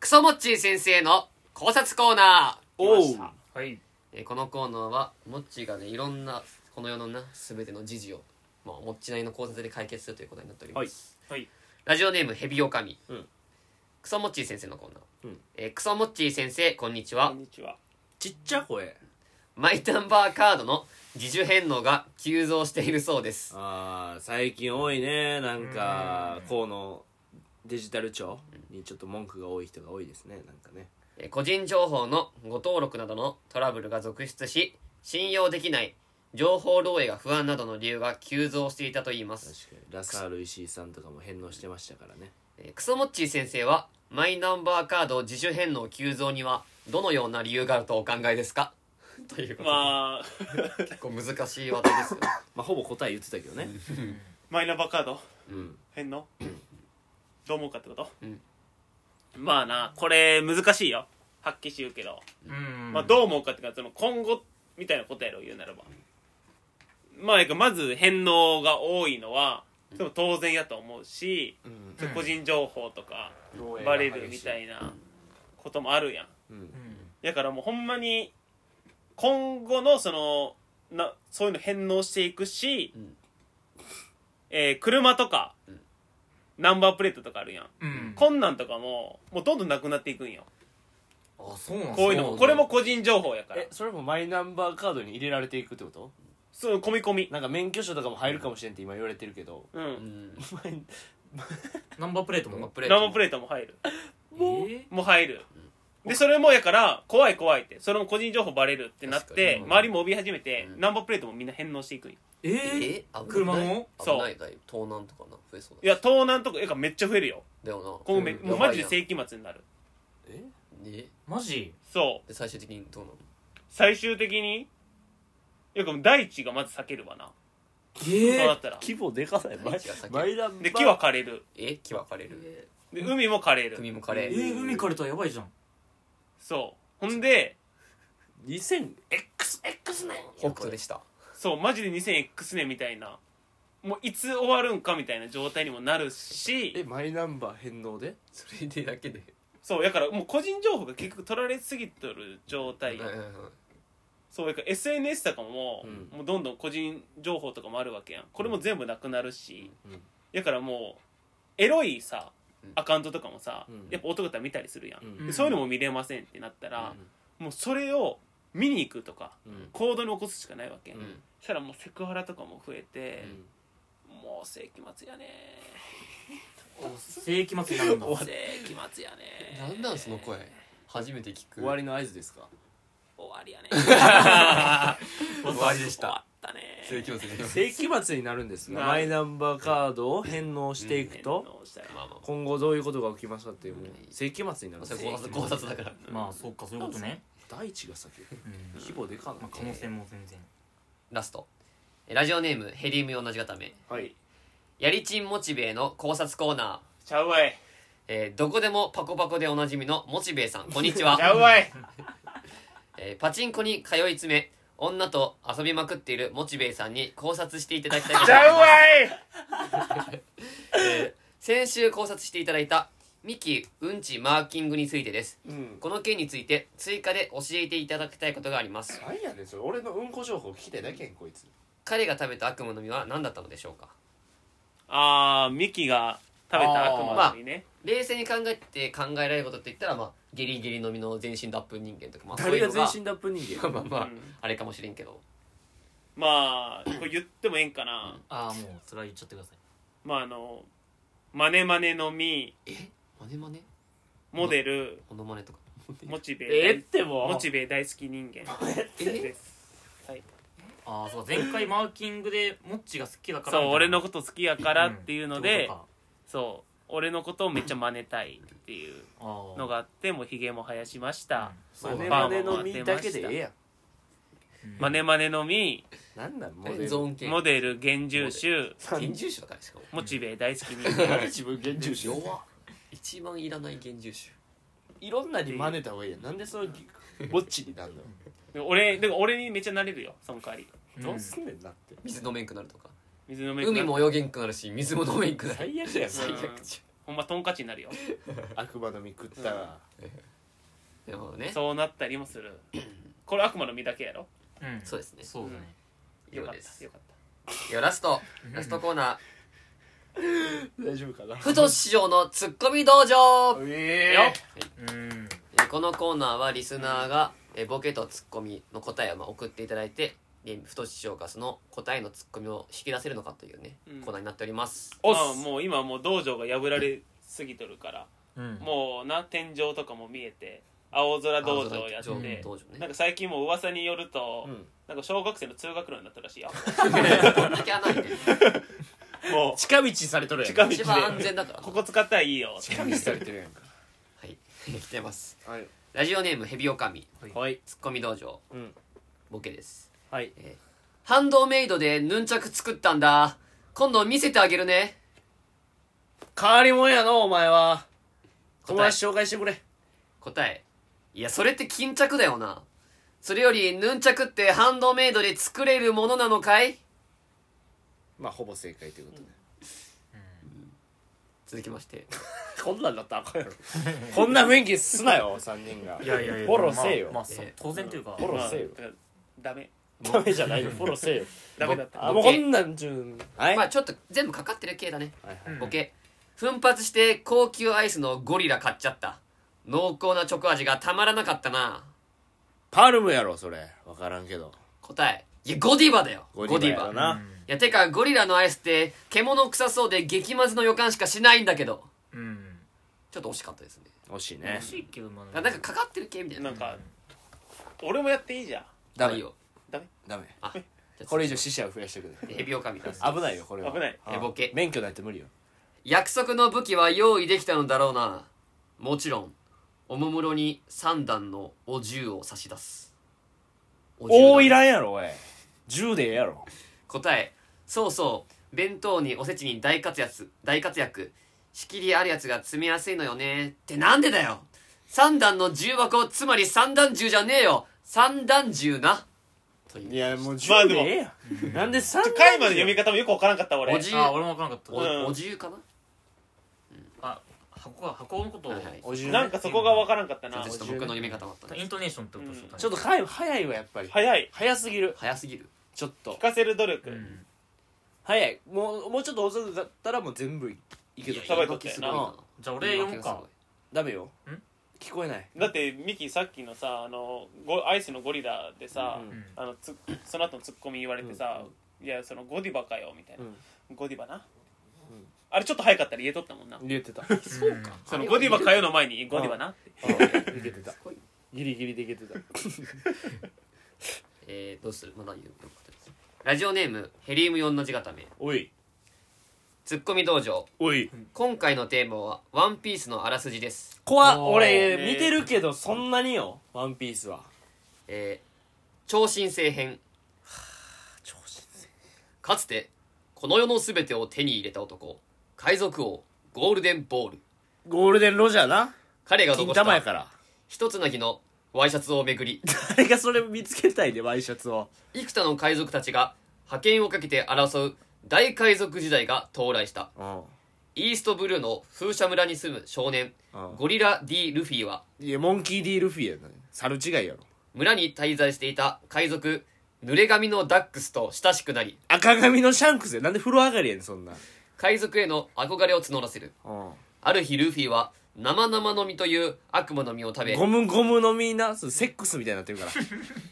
Speaker 3: クソモッチー先生の考察コーナー
Speaker 1: お
Speaker 4: 来ま
Speaker 1: う
Speaker 4: した
Speaker 2: はい
Speaker 3: えーこのコーナーはモッチーがねいろんなこの世のな全ての時事を、まあ、モッチーなりの考察で解決するということになっております、
Speaker 2: はいはい
Speaker 3: ラジオネームヘビオカミ、
Speaker 1: うん
Speaker 3: クソモッチー先生のコーナー、
Speaker 1: うん
Speaker 3: えークソモッチー先生こんにちは、
Speaker 4: こんにちは
Speaker 1: ちっちゃい声
Speaker 3: マイナンバーカードの自主返納が急増しているそうです
Speaker 1: あー最近多いねなんか
Speaker 2: うん
Speaker 1: 河野デジタル庁にちょっと文句が多い人が多いですねなんかね
Speaker 3: えー個人情報の誤登録などのトラブルが続出し信用できない情報漏洩が不安などの理由が急増していたといいます
Speaker 1: 確かにラサール石井さんとかも返納してましたからね
Speaker 3: えークソモッチー先生はマイナンバーカード自主返納急増にはどのような理由があるとお考えですか ということで、
Speaker 4: まあ
Speaker 3: 結構難しい話題ですよ、
Speaker 1: まあほぼ答え言ってたけどね
Speaker 4: マイナンバーカード
Speaker 1: うん
Speaker 4: 変のどう思うかってこと、
Speaker 3: うん
Speaker 4: まあなこれ難しいよはっきり言うけど、
Speaker 2: うん
Speaker 4: まあ、どう思うかってかその今後みたいなことやろ言うならば、まあなんかまず返納が多いのはその当然やと思うし、
Speaker 1: うん
Speaker 4: その個人情報とかバレるみたいなこともあるやん
Speaker 1: うん
Speaker 2: うん
Speaker 4: だからもうほんまに今後のそのなそういうの返納していくし、
Speaker 3: うん
Speaker 4: えー車とかナンバープレートとかあるやん
Speaker 2: うん
Speaker 4: こんなんとかももうどんどんなくなっていくんよ
Speaker 2: あそうなんす
Speaker 4: こういうの
Speaker 1: そう
Speaker 4: もこれも個人情報やから
Speaker 1: えそれもマイナンバーカードに入れられていくってこと
Speaker 4: そう込み込み
Speaker 1: なんか免許証とかも入るかもしれんって今言われてるけど
Speaker 4: うん
Speaker 3: うん
Speaker 2: ナンバープレート
Speaker 3: ナンバー
Speaker 2: も
Speaker 3: プレート
Speaker 4: ナンバープレートも入る
Speaker 2: もえ
Speaker 4: もう入るでそれもやから怖い怖いってそれも個人情報バレるってなっ
Speaker 3: 確か
Speaker 4: て
Speaker 3: に
Speaker 4: 周りも帯び始めて
Speaker 3: うん
Speaker 4: ナンバープレートもみんな返納していくんよ
Speaker 2: えー
Speaker 3: え危ない
Speaker 2: 車の
Speaker 4: そう
Speaker 3: 危ないだいぶ盗難とかな増えそうだ
Speaker 4: いや盗難とかやからめっちゃ増えるよ
Speaker 3: だよな
Speaker 4: 今後め
Speaker 3: うん
Speaker 4: もう
Speaker 3: や
Speaker 4: マ
Speaker 3: ばい
Speaker 4: ジで
Speaker 3: やん
Speaker 4: 世紀末になる
Speaker 1: え
Speaker 3: え
Speaker 2: マジ
Speaker 4: そう
Speaker 3: で最終的にどうなの
Speaker 4: 最終的にやから大地がまず避けるわなそう
Speaker 2: え
Speaker 4: な
Speaker 2: ー
Speaker 4: ったら
Speaker 1: 規模でかないマイ
Speaker 3: 違う先
Speaker 1: マイナンバー
Speaker 4: で木は枯れる
Speaker 3: え木は枯れる
Speaker 4: で海も枯れる
Speaker 3: 海も枯
Speaker 2: え
Speaker 3: れる
Speaker 2: ー海からたらやばいじゃん
Speaker 4: そうほんで
Speaker 1: 2000XX 年
Speaker 3: 北斗でした
Speaker 4: そうマジで 2000X 年みたいなもういつ終わるんかみたいな状態にもなる
Speaker 1: え
Speaker 4: し
Speaker 1: マイナンバー返納で
Speaker 3: それでだけで
Speaker 4: そうやからもう個人情報が結局取られすぎとる状態
Speaker 3: うんうんうん
Speaker 4: そうやから SNS とかも,、
Speaker 1: うん
Speaker 4: もうどんどん個人情報とかもあるわけやんこれも全部なくなるし、
Speaker 1: うん
Speaker 4: やからもうエロいさ
Speaker 3: うん
Speaker 4: アカウントとかもさ、
Speaker 1: うん
Speaker 4: やっぱ男だったら見たりするやん、
Speaker 1: うん
Speaker 4: でそういうのも見れませんってなったら、もうそれを見に行くとか
Speaker 1: うん
Speaker 4: 行動に起こすしかないわけ、
Speaker 1: うん
Speaker 4: そしたらもうセクハラとかも増えて、もう世紀末やね
Speaker 2: 世紀末にな るんだ
Speaker 4: 世紀末やね
Speaker 3: なんなんその声初めて聞く
Speaker 1: 終わりの合図ですか
Speaker 4: 終わりやね終
Speaker 3: 終わりでした
Speaker 4: わったね
Speaker 3: 世紀末で
Speaker 1: 世紀末になるんですが
Speaker 4: なる
Speaker 1: マイナンバーカードを返納していく
Speaker 4: 返
Speaker 1: と
Speaker 4: 納したら
Speaker 3: まあまあ
Speaker 1: 今後どういうことが起きますかっていうもう
Speaker 3: うん
Speaker 1: 世紀末になるん
Speaker 3: そ
Speaker 1: で
Speaker 3: れ
Speaker 1: す
Speaker 3: 考察考察だから
Speaker 2: まあそっかそういうことね、
Speaker 1: 大地が先
Speaker 2: うん
Speaker 1: 規模でか
Speaker 2: ま
Speaker 1: な
Speaker 2: あ、可能性も全然
Speaker 3: ラストえラジオネームヘリウム同じ固め
Speaker 1: はい
Speaker 3: やりちんモチベーの考察コーナー
Speaker 4: ちゃうわい
Speaker 3: えーどこでもパコパコでおなじみのモチベーさんこんに ちは
Speaker 4: ちゃうわい
Speaker 3: えーパチンコに通い詰め女と遊びまくっているモチベーさんに考察していただきたいと思います
Speaker 4: ちゃうわい
Speaker 3: えー先週考察していただいたミキうんちマーキングについてです
Speaker 1: うん
Speaker 3: この件について追加で教えていただきたいことがあります
Speaker 1: 何やねんそれ俺のうんこ情報聞きたいだけやんこいつ
Speaker 3: 彼が食べた悪夢の実は何だったのでしょうか
Speaker 4: あーミキが食べた悪魔の実ね
Speaker 3: 冷静に考えて考えられることって言ったら、まあ、ゲリゲリの実の全身脱粉人間とか、まあ、
Speaker 1: 誰が全
Speaker 3: そうい
Speaker 1: 身ダップ人
Speaker 3: う
Speaker 1: 間
Speaker 3: のがまあまあまあ、
Speaker 4: うん
Speaker 3: あれかもしれんけど
Speaker 4: まあこれ言ってもええんかな、
Speaker 2: ああもうそれは言っちゃってください
Speaker 4: まああのマネマネの実
Speaker 3: えマネマネ
Speaker 4: モデル
Speaker 3: モノマネとか
Speaker 4: モチベ
Speaker 1: えっても
Speaker 4: モチベ大好き人間です
Speaker 2: ああそうか前回マーキングでモッチが好きだから
Speaker 4: そう俺の
Speaker 2: こ
Speaker 4: こと好きやからっていうので、そう俺のことをめっちゃ真似たいっていうの
Speaker 2: の
Speaker 4: があってもうひげも生やしました、
Speaker 2: そう
Speaker 1: マネ
Speaker 2: だ
Speaker 1: マネの実だけでええやん
Speaker 2: うん
Speaker 4: マネマネのみ
Speaker 1: なんなんモ
Speaker 3: え
Speaker 1: デル
Speaker 3: ゾーン系
Speaker 4: モデル現住種
Speaker 3: 現住種だからしかも
Speaker 4: モチベ大好き人間
Speaker 1: 自分現住所
Speaker 3: 弱っ一番いらない現住種
Speaker 1: いろんなに真似た方がいいやんなんでその ぼっちになんの
Speaker 4: でも俺でも俺にめっちゃなれるよその代わり
Speaker 2: うん
Speaker 1: どうすんねんなって
Speaker 3: 水飲めんくなるとか
Speaker 4: 水飲め
Speaker 3: 海も泳げんくなるし水も飲めんくなる
Speaker 1: 最悪やん
Speaker 4: 最悪ほんまトンカチになるよ
Speaker 1: 悪魔の実食ったら
Speaker 3: なるほどね
Speaker 4: そうなったりもするこれ悪魔の実だけやろ
Speaker 2: うん
Speaker 3: そうですね
Speaker 2: そうだね
Speaker 4: よかっ
Speaker 3: ようです
Speaker 4: たよかった
Speaker 3: ではラストラストコーナ
Speaker 1: 大丈夫かな
Speaker 3: ーふと師匠のツッコミ道場
Speaker 1: え
Speaker 4: よ
Speaker 2: う
Speaker 3: え
Speaker 2: ん
Speaker 3: ーこのコーナーはリスナーがえーボケとツッコミの答えをまあ送っていただいてでふと師匠がその答えのツッコミを引き出せるのかというね
Speaker 4: うん
Speaker 3: コーナーになっております
Speaker 4: まあもう今もう道場が破られすぎとるから
Speaker 2: うん
Speaker 4: もうな天井とかも見えて青空道場やっ
Speaker 3: 青空
Speaker 4: て
Speaker 3: 道場
Speaker 4: なん
Speaker 3: ね
Speaker 4: か最近もう噂によると、
Speaker 1: うん
Speaker 4: なんか小学生の通学路になったらしいよ
Speaker 3: こんだけ穴開いてる
Speaker 4: も
Speaker 1: 近道されとるやん
Speaker 4: 近道
Speaker 3: 一番安全だから
Speaker 4: うここ使ったらいいよ
Speaker 1: 近道されてるやんか
Speaker 3: はい 来てます
Speaker 1: はい
Speaker 3: ラジオネームヘビオカミ
Speaker 1: はい
Speaker 3: ツッコミ道場
Speaker 1: うん
Speaker 3: ボケです
Speaker 1: はい
Speaker 3: ハンドメイドでヌンチャク作ったんだ今度見せてあげるね
Speaker 1: 変わりもんやのお前は
Speaker 3: 答え
Speaker 1: 友達紹介してくれ
Speaker 3: 答えいやそれって巾着だよなそれよりヌンチャクってハンドメイドで作れるものなのかい
Speaker 1: まあほぼ正解ということで
Speaker 3: 続きまして
Speaker 1: こんなんだったらあかんやろ こんな雰囲気すなよ3人が
Speaker 2: いやいやいや
Speaker 1: フォローせえよ
Speaker 2: まあまあそう
Speaker 3: えー
Speaker 2: 当然というか
Speaker 1: フォローせよ
Speaker 4: まあだからダメ
Speaker 1: ダメじゃないよフォローせえよ
Speaker 4: ダメだった
Speaker 1: あもうこんなんじゅんはい
Speaker 3: ま
Speaker 1: は
Speaker 3: あちょっと全部かかってる系だね
Speaker 1: いはい
Speaker 2: うん
Speaker 3: ボケ奮発して高級アイスのゴリラ買っちゃった濃厚なチョコ味がたまらなかったな
Speaker 1: パルムやろそれ分からんけど
Speaker 3: 答えいやゴディバだよ
Speaker 1: ゴディバやろ
Speaker 2: う
Speaker 1: な、
Speaker 2: ん
Speaker 3: いやてかゴリラのアイスって獣臭そうで激まずの予感しかしないんだけど
Speaker 2: うん
Speaker 3: ちょっと惜しかったですね
Speaker 1: 惜しいね
Speaker 2: 欲しいけどまあ
Speaker 3: あなんかかかってる系みたいな
Speaker 4: なんか俺もやっていいじゃん
Speaker 1: ダ
Speaker 3: いい
Speaker 1: メ
Speaker 3: よ
Speaker 4: ダメ
Speaker 1: ダメ
Speaker 3: あ
Speaker 1: これ以上死者を増やしてくれ
Speaker 3: ヘビオカミです
Speaker 1: 危ないよこれは
Speaker 4: 危ない
Speaker 1: うん
Speaker 3: えボケ
Speaker 1: 免許ないと無理よ
Speaker 3: 約束の武器は用意できたのだろうなもちろんおもむろに三段のお銃を差し出すお銃だ
Speaker 1: おーいらんやろおい銃でええやろ
Speaker 3: 答えそうそう弁当におせちに大活躍大活躍仕切りあるやつが詰めやすいのよねってなんでだよ三段の重箱つまり三段銃じゃねえよ三段銃なという
Speaker 1: いやもう銃
Speaker 4: まあ
Speaker 1: で
Speaker 4: でも
Speaker 1: ええやんなんで3
Speaker 4: ちょカイマの読み方もよくわからんかった俺
Speaker 3: おじ
Speaker 2: あ俺も分からなか
Speaker 3: お,、
Speaker 2: っ
Speaker 4: うん
Speaker 3: お銃かな
Speaker 2: たあ箱が箱のことを
Speaker 3: はいはい
Speaker 1: お銃ね
Speaker 4: なんかそこがわからんかったな
Speaker 3: ちょっと僕の読み方もあった
Speaker 2: イントネーションってことでし
Speaker 4: うん
Speaker 1: ちょっとカイマ早いわやっぱり
Speaker 4: 早い
Speaker 1: 早すぎる
Speaker 3: 早すぎる
Speaker 1: ちょっと
Speaker 4: 聞かせる努力、
Speaker 2: うん
Speaker 1: 早いもうもうちょっと遅かったらもう全部いいけ
Speaker 3: い
Speaker 1: ど
Speaker 3: や
Speaker 4: さばいと
Speaker 3: 言
Speaker 4: っ
Speaker 3: い訳す
Speaker 4: たよな
Speaker 3: ごいな
Speaker 2: じゃあ俺読む
Speaker 3: 言い
Speaker 2: か
Speaker 3: 訳が
Speaker 1: ダメよ
Speaker 2: ん
Speaker 1: 聞こえない
Speaker 4: だってミキさっきのさあのゴアイスのゴリラでさ、
Speaker 1: うん
Speaker 2: うん
Speaker 4: あのつその後のツッコミ言われてさ、いやそのゴディバかよみたいな、ゴディバな、あれちょっと早かったら言えとったもんな
Speaker 1: 入れて た
Speaker 2: そうか
Speaker 4: そのゴディバかよの前にゴディバなって
Speaker 1: うんいけてた
Speaker 3: すごい
Speaker 1: ギリギリでいけてた
Speaker 3: えー、どうするまだ言う読むことですラジオネームヘリウム4の字固め
Speaker 1: おい
Speaker 3: ツッコミ道場
Speaker 1: おい
Speaker 3: 今回のテーマは「ワンピースのあらすじです
Speaker 1: 怖っ
Speaker 2: おー
Speaker 1: 俺
Speaker 4: ね
Speaker 1: 見てるけどそんなによワンピースは
Speaker 3: えー、超新 星編かつてこの世の全てを手に入れた男海賊王ゴールデンボール
Speaker 1: ゴールデンロジャーな
Speaker 3: 彼が
Speaker 1: 金
Speaker 3: 残し
Speaker 1: 玉や
Speaker 3: た
Speaker 1: から
Speaker 3: 一つなぎのワイシャツをめぐり
Speaker 1: 誰がそれ見つけたいねワイシャツを
Speaker 3: 幾多の海賊たちが覇権をかけて争う大海賊時代が到来した
Speaker 1: うん
Speaker 3: イーストブルーの風車村に住む少年
Speaker 1: うん
Speaker 3: ゴリラ・ディ・ルフィはい
Speaker 1: やモンキー・ディ・ルフィやな猿違いやろ
Speaker 3: 村に滞在していた海賊濡れ髪のダックスと親しくなり
Speaker 1: 赤髪のシャンクスやなんで風呂上がりやねんそんな
Speaker 3: 海賊への憧れを募らせる
Speaker 1: ゴ
Speaker 3: ある日ルフィは生々の実という悪魔の実を食べ
Speaker 1: ムゴムのみんなそうセックスみたいになってるから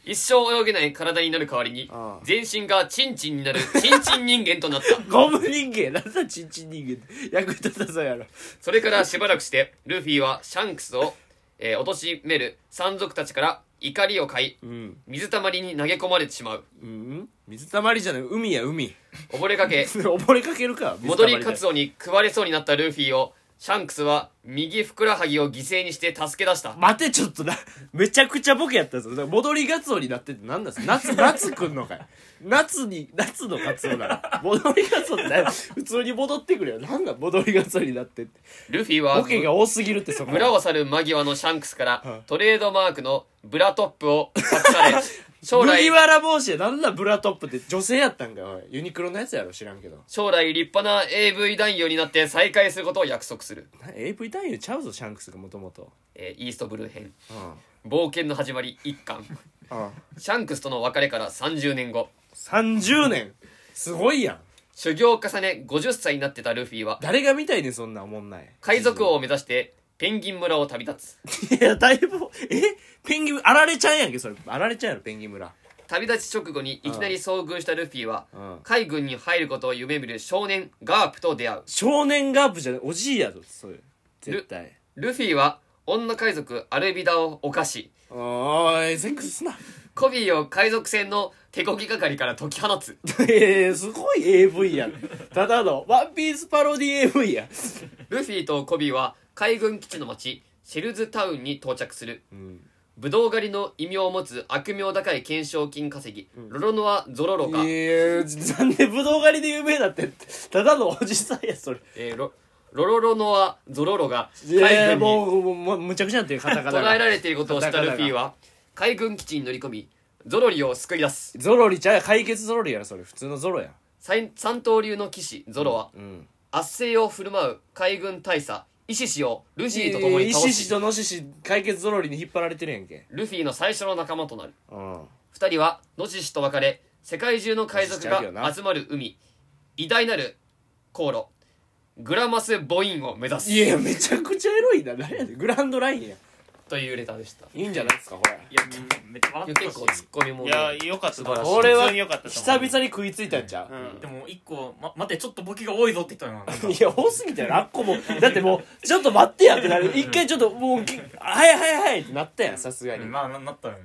Speaker 3: 一生泳げない体になる代わりに
Speaker 1: ああ
Speaker 3: 全身がチンチンになるチンチン人間となった
Speaker 1: ゴム人間なんだチンチン人間って役立たそうやろ
Speaker 3: それからしばらくしてルフィはシャンクスを、えー、貶める山賊たちから怒りを買い
Speaker 1: うん
Speaker 3: 水たまりに投げ込まれてしまう
Speaker 1: うん水たまりじゃない海や海
Speaker 3: 溺れかけ
Speaker 1: 溺れかけるか水
Speaker 3: 戻
Speaker 1: たま
Speaker 3: り
Speaker 1: じゃ
Speaker 3: カツオに食われそうになったルフィをシャンクスは右ふくらはぎを犠牲にして助け出した
Speaker 1: 待てちょっとなめちゃくちゃボケやったぞだから戻りガツオになっててなんだっす夏夏くんのかい夏に夏のカツオなら戻りガツオって何普通に戻ってくれよなんだ戻りガツオになってって
Speaker 3: ルフィは
Speaker 1: ボケが多すぎるってそこ
Speaker 3: 村を去る間際のシャンクスから、
Speaker 1: うん
Speaker 3: トレードマークのブラトップを隠 され将来
Speaker 1: 麦わら帽子やなんだブラトップって女性やったんかおいユニクロのやつやろ知らんけど
Speaker 3: 将来立派な AV 男優になって再会することを約束する、
Speaker 1: な AV 男優ちゃうぞシャンクスがもともと
Speaker 3: えーイーストブルー編
Speaker 1: うん
Speaker 3: 冒険の始まり一巻
Speaker 1: うん
Speaker 3: シャンクスとの別れから30年後
Speaker 1: 30年すごいやん
Speaker 3: 修行を重ね50歳になってたルフィは
Speaker 1: 誰が見たいねんそんなおもんない
Speaker 3: 海賊王を目指してペンギン村を旅立つ
Speaker 1: いやだいぶえペンギンあられちゃんやんけそれあられちゃんやろペンギン村
Speaker 3: 旅立ち直後にいきなり遭遇したルフィは、
Speaker 1: うん
Speaker 3: 海軍に入ることを夢見る少年ガープと出会う
Speaker 1: 少年ガープじゃないおじいやぞそれ絶対
Speaker 3: ルフィは女海賊アルビダを犯し
Speaker 1: おーいセックスすな
Speaker 3: コビーを海賊船の手こぎ係から解き放つ
Speaker 1: えー、すごい AV やんただのワンピースパロディ AV やん
Speaker 3: ルフィとコビーは海軍基地の町シェルズタウンに到着する
Speaker 1: うん
Speaker 3: ブドウ狩りの異名を持つ悪名高い懸賞金稼ぎロロノア・ゾロロ
Speaker 1: い
Speaker 3: か、
Speaker 1: やーなんでブドウ狩りで有名だってただのおじさんやそれ
Speaker 3: えーロロロロノア・ゾロロが
Speaker 1: いや
Speaker 3: 海
Speaker 1: ー
Speaker 3: 軍に
Speaker 1: もうもうもうむちゃくちゃなってるカタカ
Speaker 3: 捕
Speaker 1: ナ
Speaker 3: らえ
Speaker 1: が
Speaker 3: られていることを知ったルフィは海軍基地に乗り込みゾロリを救い出す
Speaker 1: ゾロリちゃう解決ゾロリやろそれ普通のゾロやん
Speaker 3: 三三刀流の騎士ゾロは
Speaker 1: うん
Speaker 3: 圧政を振る舞う海軍大佐イシシをルシーと共
Speaker 1: イ
Speaker 3: に倒
Speaker 1: シシ
Speaker 3: し
Speaker 1: とノシシ解決ゾロリに引っ張られてるやんけ
Speaker 3: ルフィの最初の仲間となる
Speaker 1: うん
Speaker 3: 二人はノシシと別れ世界中の海賊
Speaker 1: ノシシちゃうよな
Speaker 3: が集まる海偉大なる航路グラマス母音を目指す
Speaker 1: いやめちゃくちゃエロいな何やねんグランドラインや
Speaker 3: というレターでした
Speaker 1: いいんじゃないですかこれ
Speaker 2: いやめっちゃ笑ってほ
Speaker 3: 結構ツ
Speaker 2: し
Speaker 3: ッコミも
Speaker 4: い
Speaker 3: ね
Speaker 4: やよかったと思う
Speaker 3: 素晴らしい
Speaker 4: 普通に良かったと思
Speaker 1: 久
Speaker 4: う
Speaker 1: 々に食いついたんちゃう、
Speaker 4: うん
Speaker 2: いでも一個、ま、待ってちょっとボケが多いぞって言った の
Speaker 1: いや多すぎたよラッコもだってもうちょっと待ってやってなる一回ちょっともうきはいはいはいってなったやんさすがに、
Speaker 2: まあななったのよ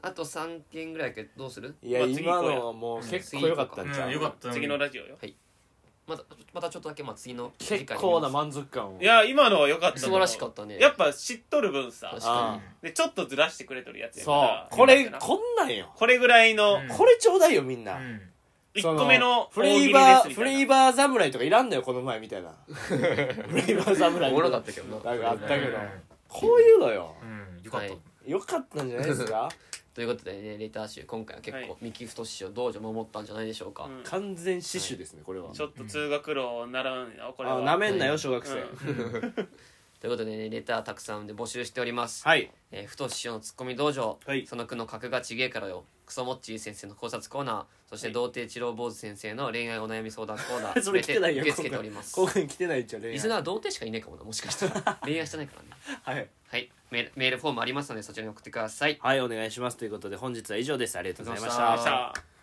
Speaker 3: あと3件ぐらいやけどどうする
Speaker 1: いや
Speaker 4: まあ次行
Speaker 1: 今
Speaker 4: こうや
Speaker 1: のはもう結構良かったんちゃう、
Speaker 2: うんよかった
Speaker 4: 次のラジオよ
Speaker 3: またまたちょっとだけまあ次の
Speaker 1: 結
Speaker 3: 次回に
Speaker 1: 構な満足感を
Speaker 4: いや今のは良かったと
Speaker 3: 素
Speaker 4: 思
Speaker 3: 晴
Speaker 4: う
Speaker 3: らしかったね
Speaker 4: やっぱ知っとる分さ
Speaker 3: 確
Speaker 1: あ
Speaker 3: か
Speaker 4: でちょっとずらしてくれとるやつやか
Speaker 1: そう
Speaker 4: ら
Speaker 1: これ
Speaker 4: よかったな
Speaker 1: こんなんよ、
Speaker 4: これぐらいの
Speaker 2: うん
Speaker 1: これちょうだいよみん
Speaker 2: う
Speaker 1: な、
Speaker 2: ん
Speaker 4: 1個目の
Speaker 1: フレーバ
Speaker 4: 大喜利です
Speaker 1: ーフ
Speaker 4: みたいな
Speaker 1: レーバー侍とかいらんのよこの前みたいなフレーバー
Speaker 3: に
Speaker 1: 侍
Speaker 3: おもろかったけどな
Speaker 1: なんかあったけど
Speaker 2: う
Speaker 1: こういうのよ
Speaker 2: んうんよかった
Speaker 3: はい
Speaker 1: 良かったんじゃないですか
Speaker 3: ということでねレター集今回は結
Speaker 4: はい
Speaker 3: 構三木太志を道場守ったんじゃないでしょうか、
Speaker 4: うん
Speaker 1: 完全死守ですねこれは
Speaker 4: ちょっと通学路を習うんやこれ
Speaker 1: あ
Speaker 4: は
Speaker 1: なめんなよ小学生、
Speaker 4: うん
Speaker 3: ということでねレターたくさんで募集しておりま す、
Speaker 1: はい
Speaker 3: えー、太志師匠のツッコミ道場、
Speaker 1: はい
Speaker 3: その句の格がちげえからよクソモッチー先生の考察コーナーそして童貞治郎坊主先生の恋愛お悩み相談コーナ ー
Speaker 1: それ来てないよ
Speaker 3: 受け付けております
Speaker 1: 今回来てないんちゃう恋愛
Speaker 3: リスナーは童貞しかいないかもなもしかしたら恋愛してないからね
Speaker 1: はい
Speaker 3: はいメールメールフォームありますのでそちらに送ってください
Speaker 1: はいお願いしますということで本日は以上ですありがとうございまし
Speaker 3: ありがとうございました
Speaker 4: さあ